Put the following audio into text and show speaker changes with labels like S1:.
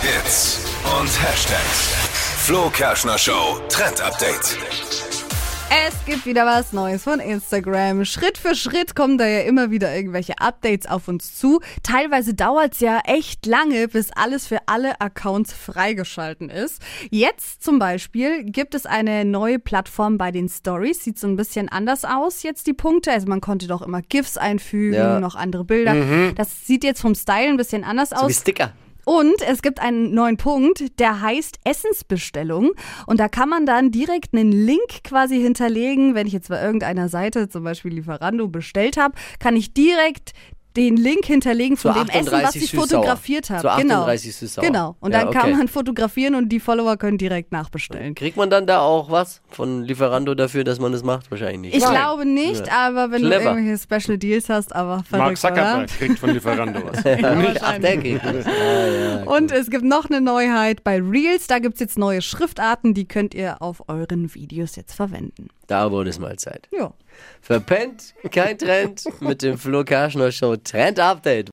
S1: Hits und Hashtags. Flo Kerschner Show Trend Update.
S2: Es gibt wieder was Neues von Instagram. Schritt für Schritt kommen da ja immer wieder irgendwelche Updates auf uns zu. Teilweise dauert es ja echt lange, bis alles für alle Accounts freigeschalten ist. Jetzt zum Beispiel gibt es eine neue Plattform bei den Stories. Sieht so ein bisschen anders aus jetzt die Punkte. Also man konnte doch immer GIFs einfügen,
S3: Ja. Mhm.
S2: noch andere Bilder. Das sieht jetzt vom Style ein bisschen anders
S3: So wie
S2: aus.
S3: Sticker.
S2: Und es gibt einen neuen Punkt, der heißt Essensbestellung. Und da kann man dann direkt einen Link quasi hinterlegen. Wenn ich jetzt bei irgendeiner Seite, zum Beispiel Lieferando, bestellt habe, kann ich direkt den Link hinterlegen von
S3: Zur
S2: dem Essen, was
S3: 38
S2: ich
S3: Süßsauer.
S2: fotografiert habe.
S3: Zur
S2: genau.
S3: 38 Süßsauer.
S2: Genau. Und
S3: Ja,
S2: dann kann
S3: okay.
S2: man fotografieren und die Follower können direkt nachbestellen.
S3: Kriegt man dann da auch was von Lieferando dafür, dass man das macht? Wahrscheinlich nicht.
S2: Ich glaube nicht, aber wenn
S3: Clever.
S2: du irgendwelche Special Deals hast, aber
S4: Mark
S2: verrückt, oder?
S4: Zuckerberg kriegt von Lieferando was.
S3: Ach, der kriegt das.
S2: Und es gibt noch eine Neuheit bei Reels. Da gibt es jetzt neue Schriftarten, die könnt ihr auf euren Videos jetzt verwenden.
S3: Da wurde es mal Zeit.
S2: Ja.
S3: Verpennt, kein Trend mit dem Flo Karschner Show Trend Update.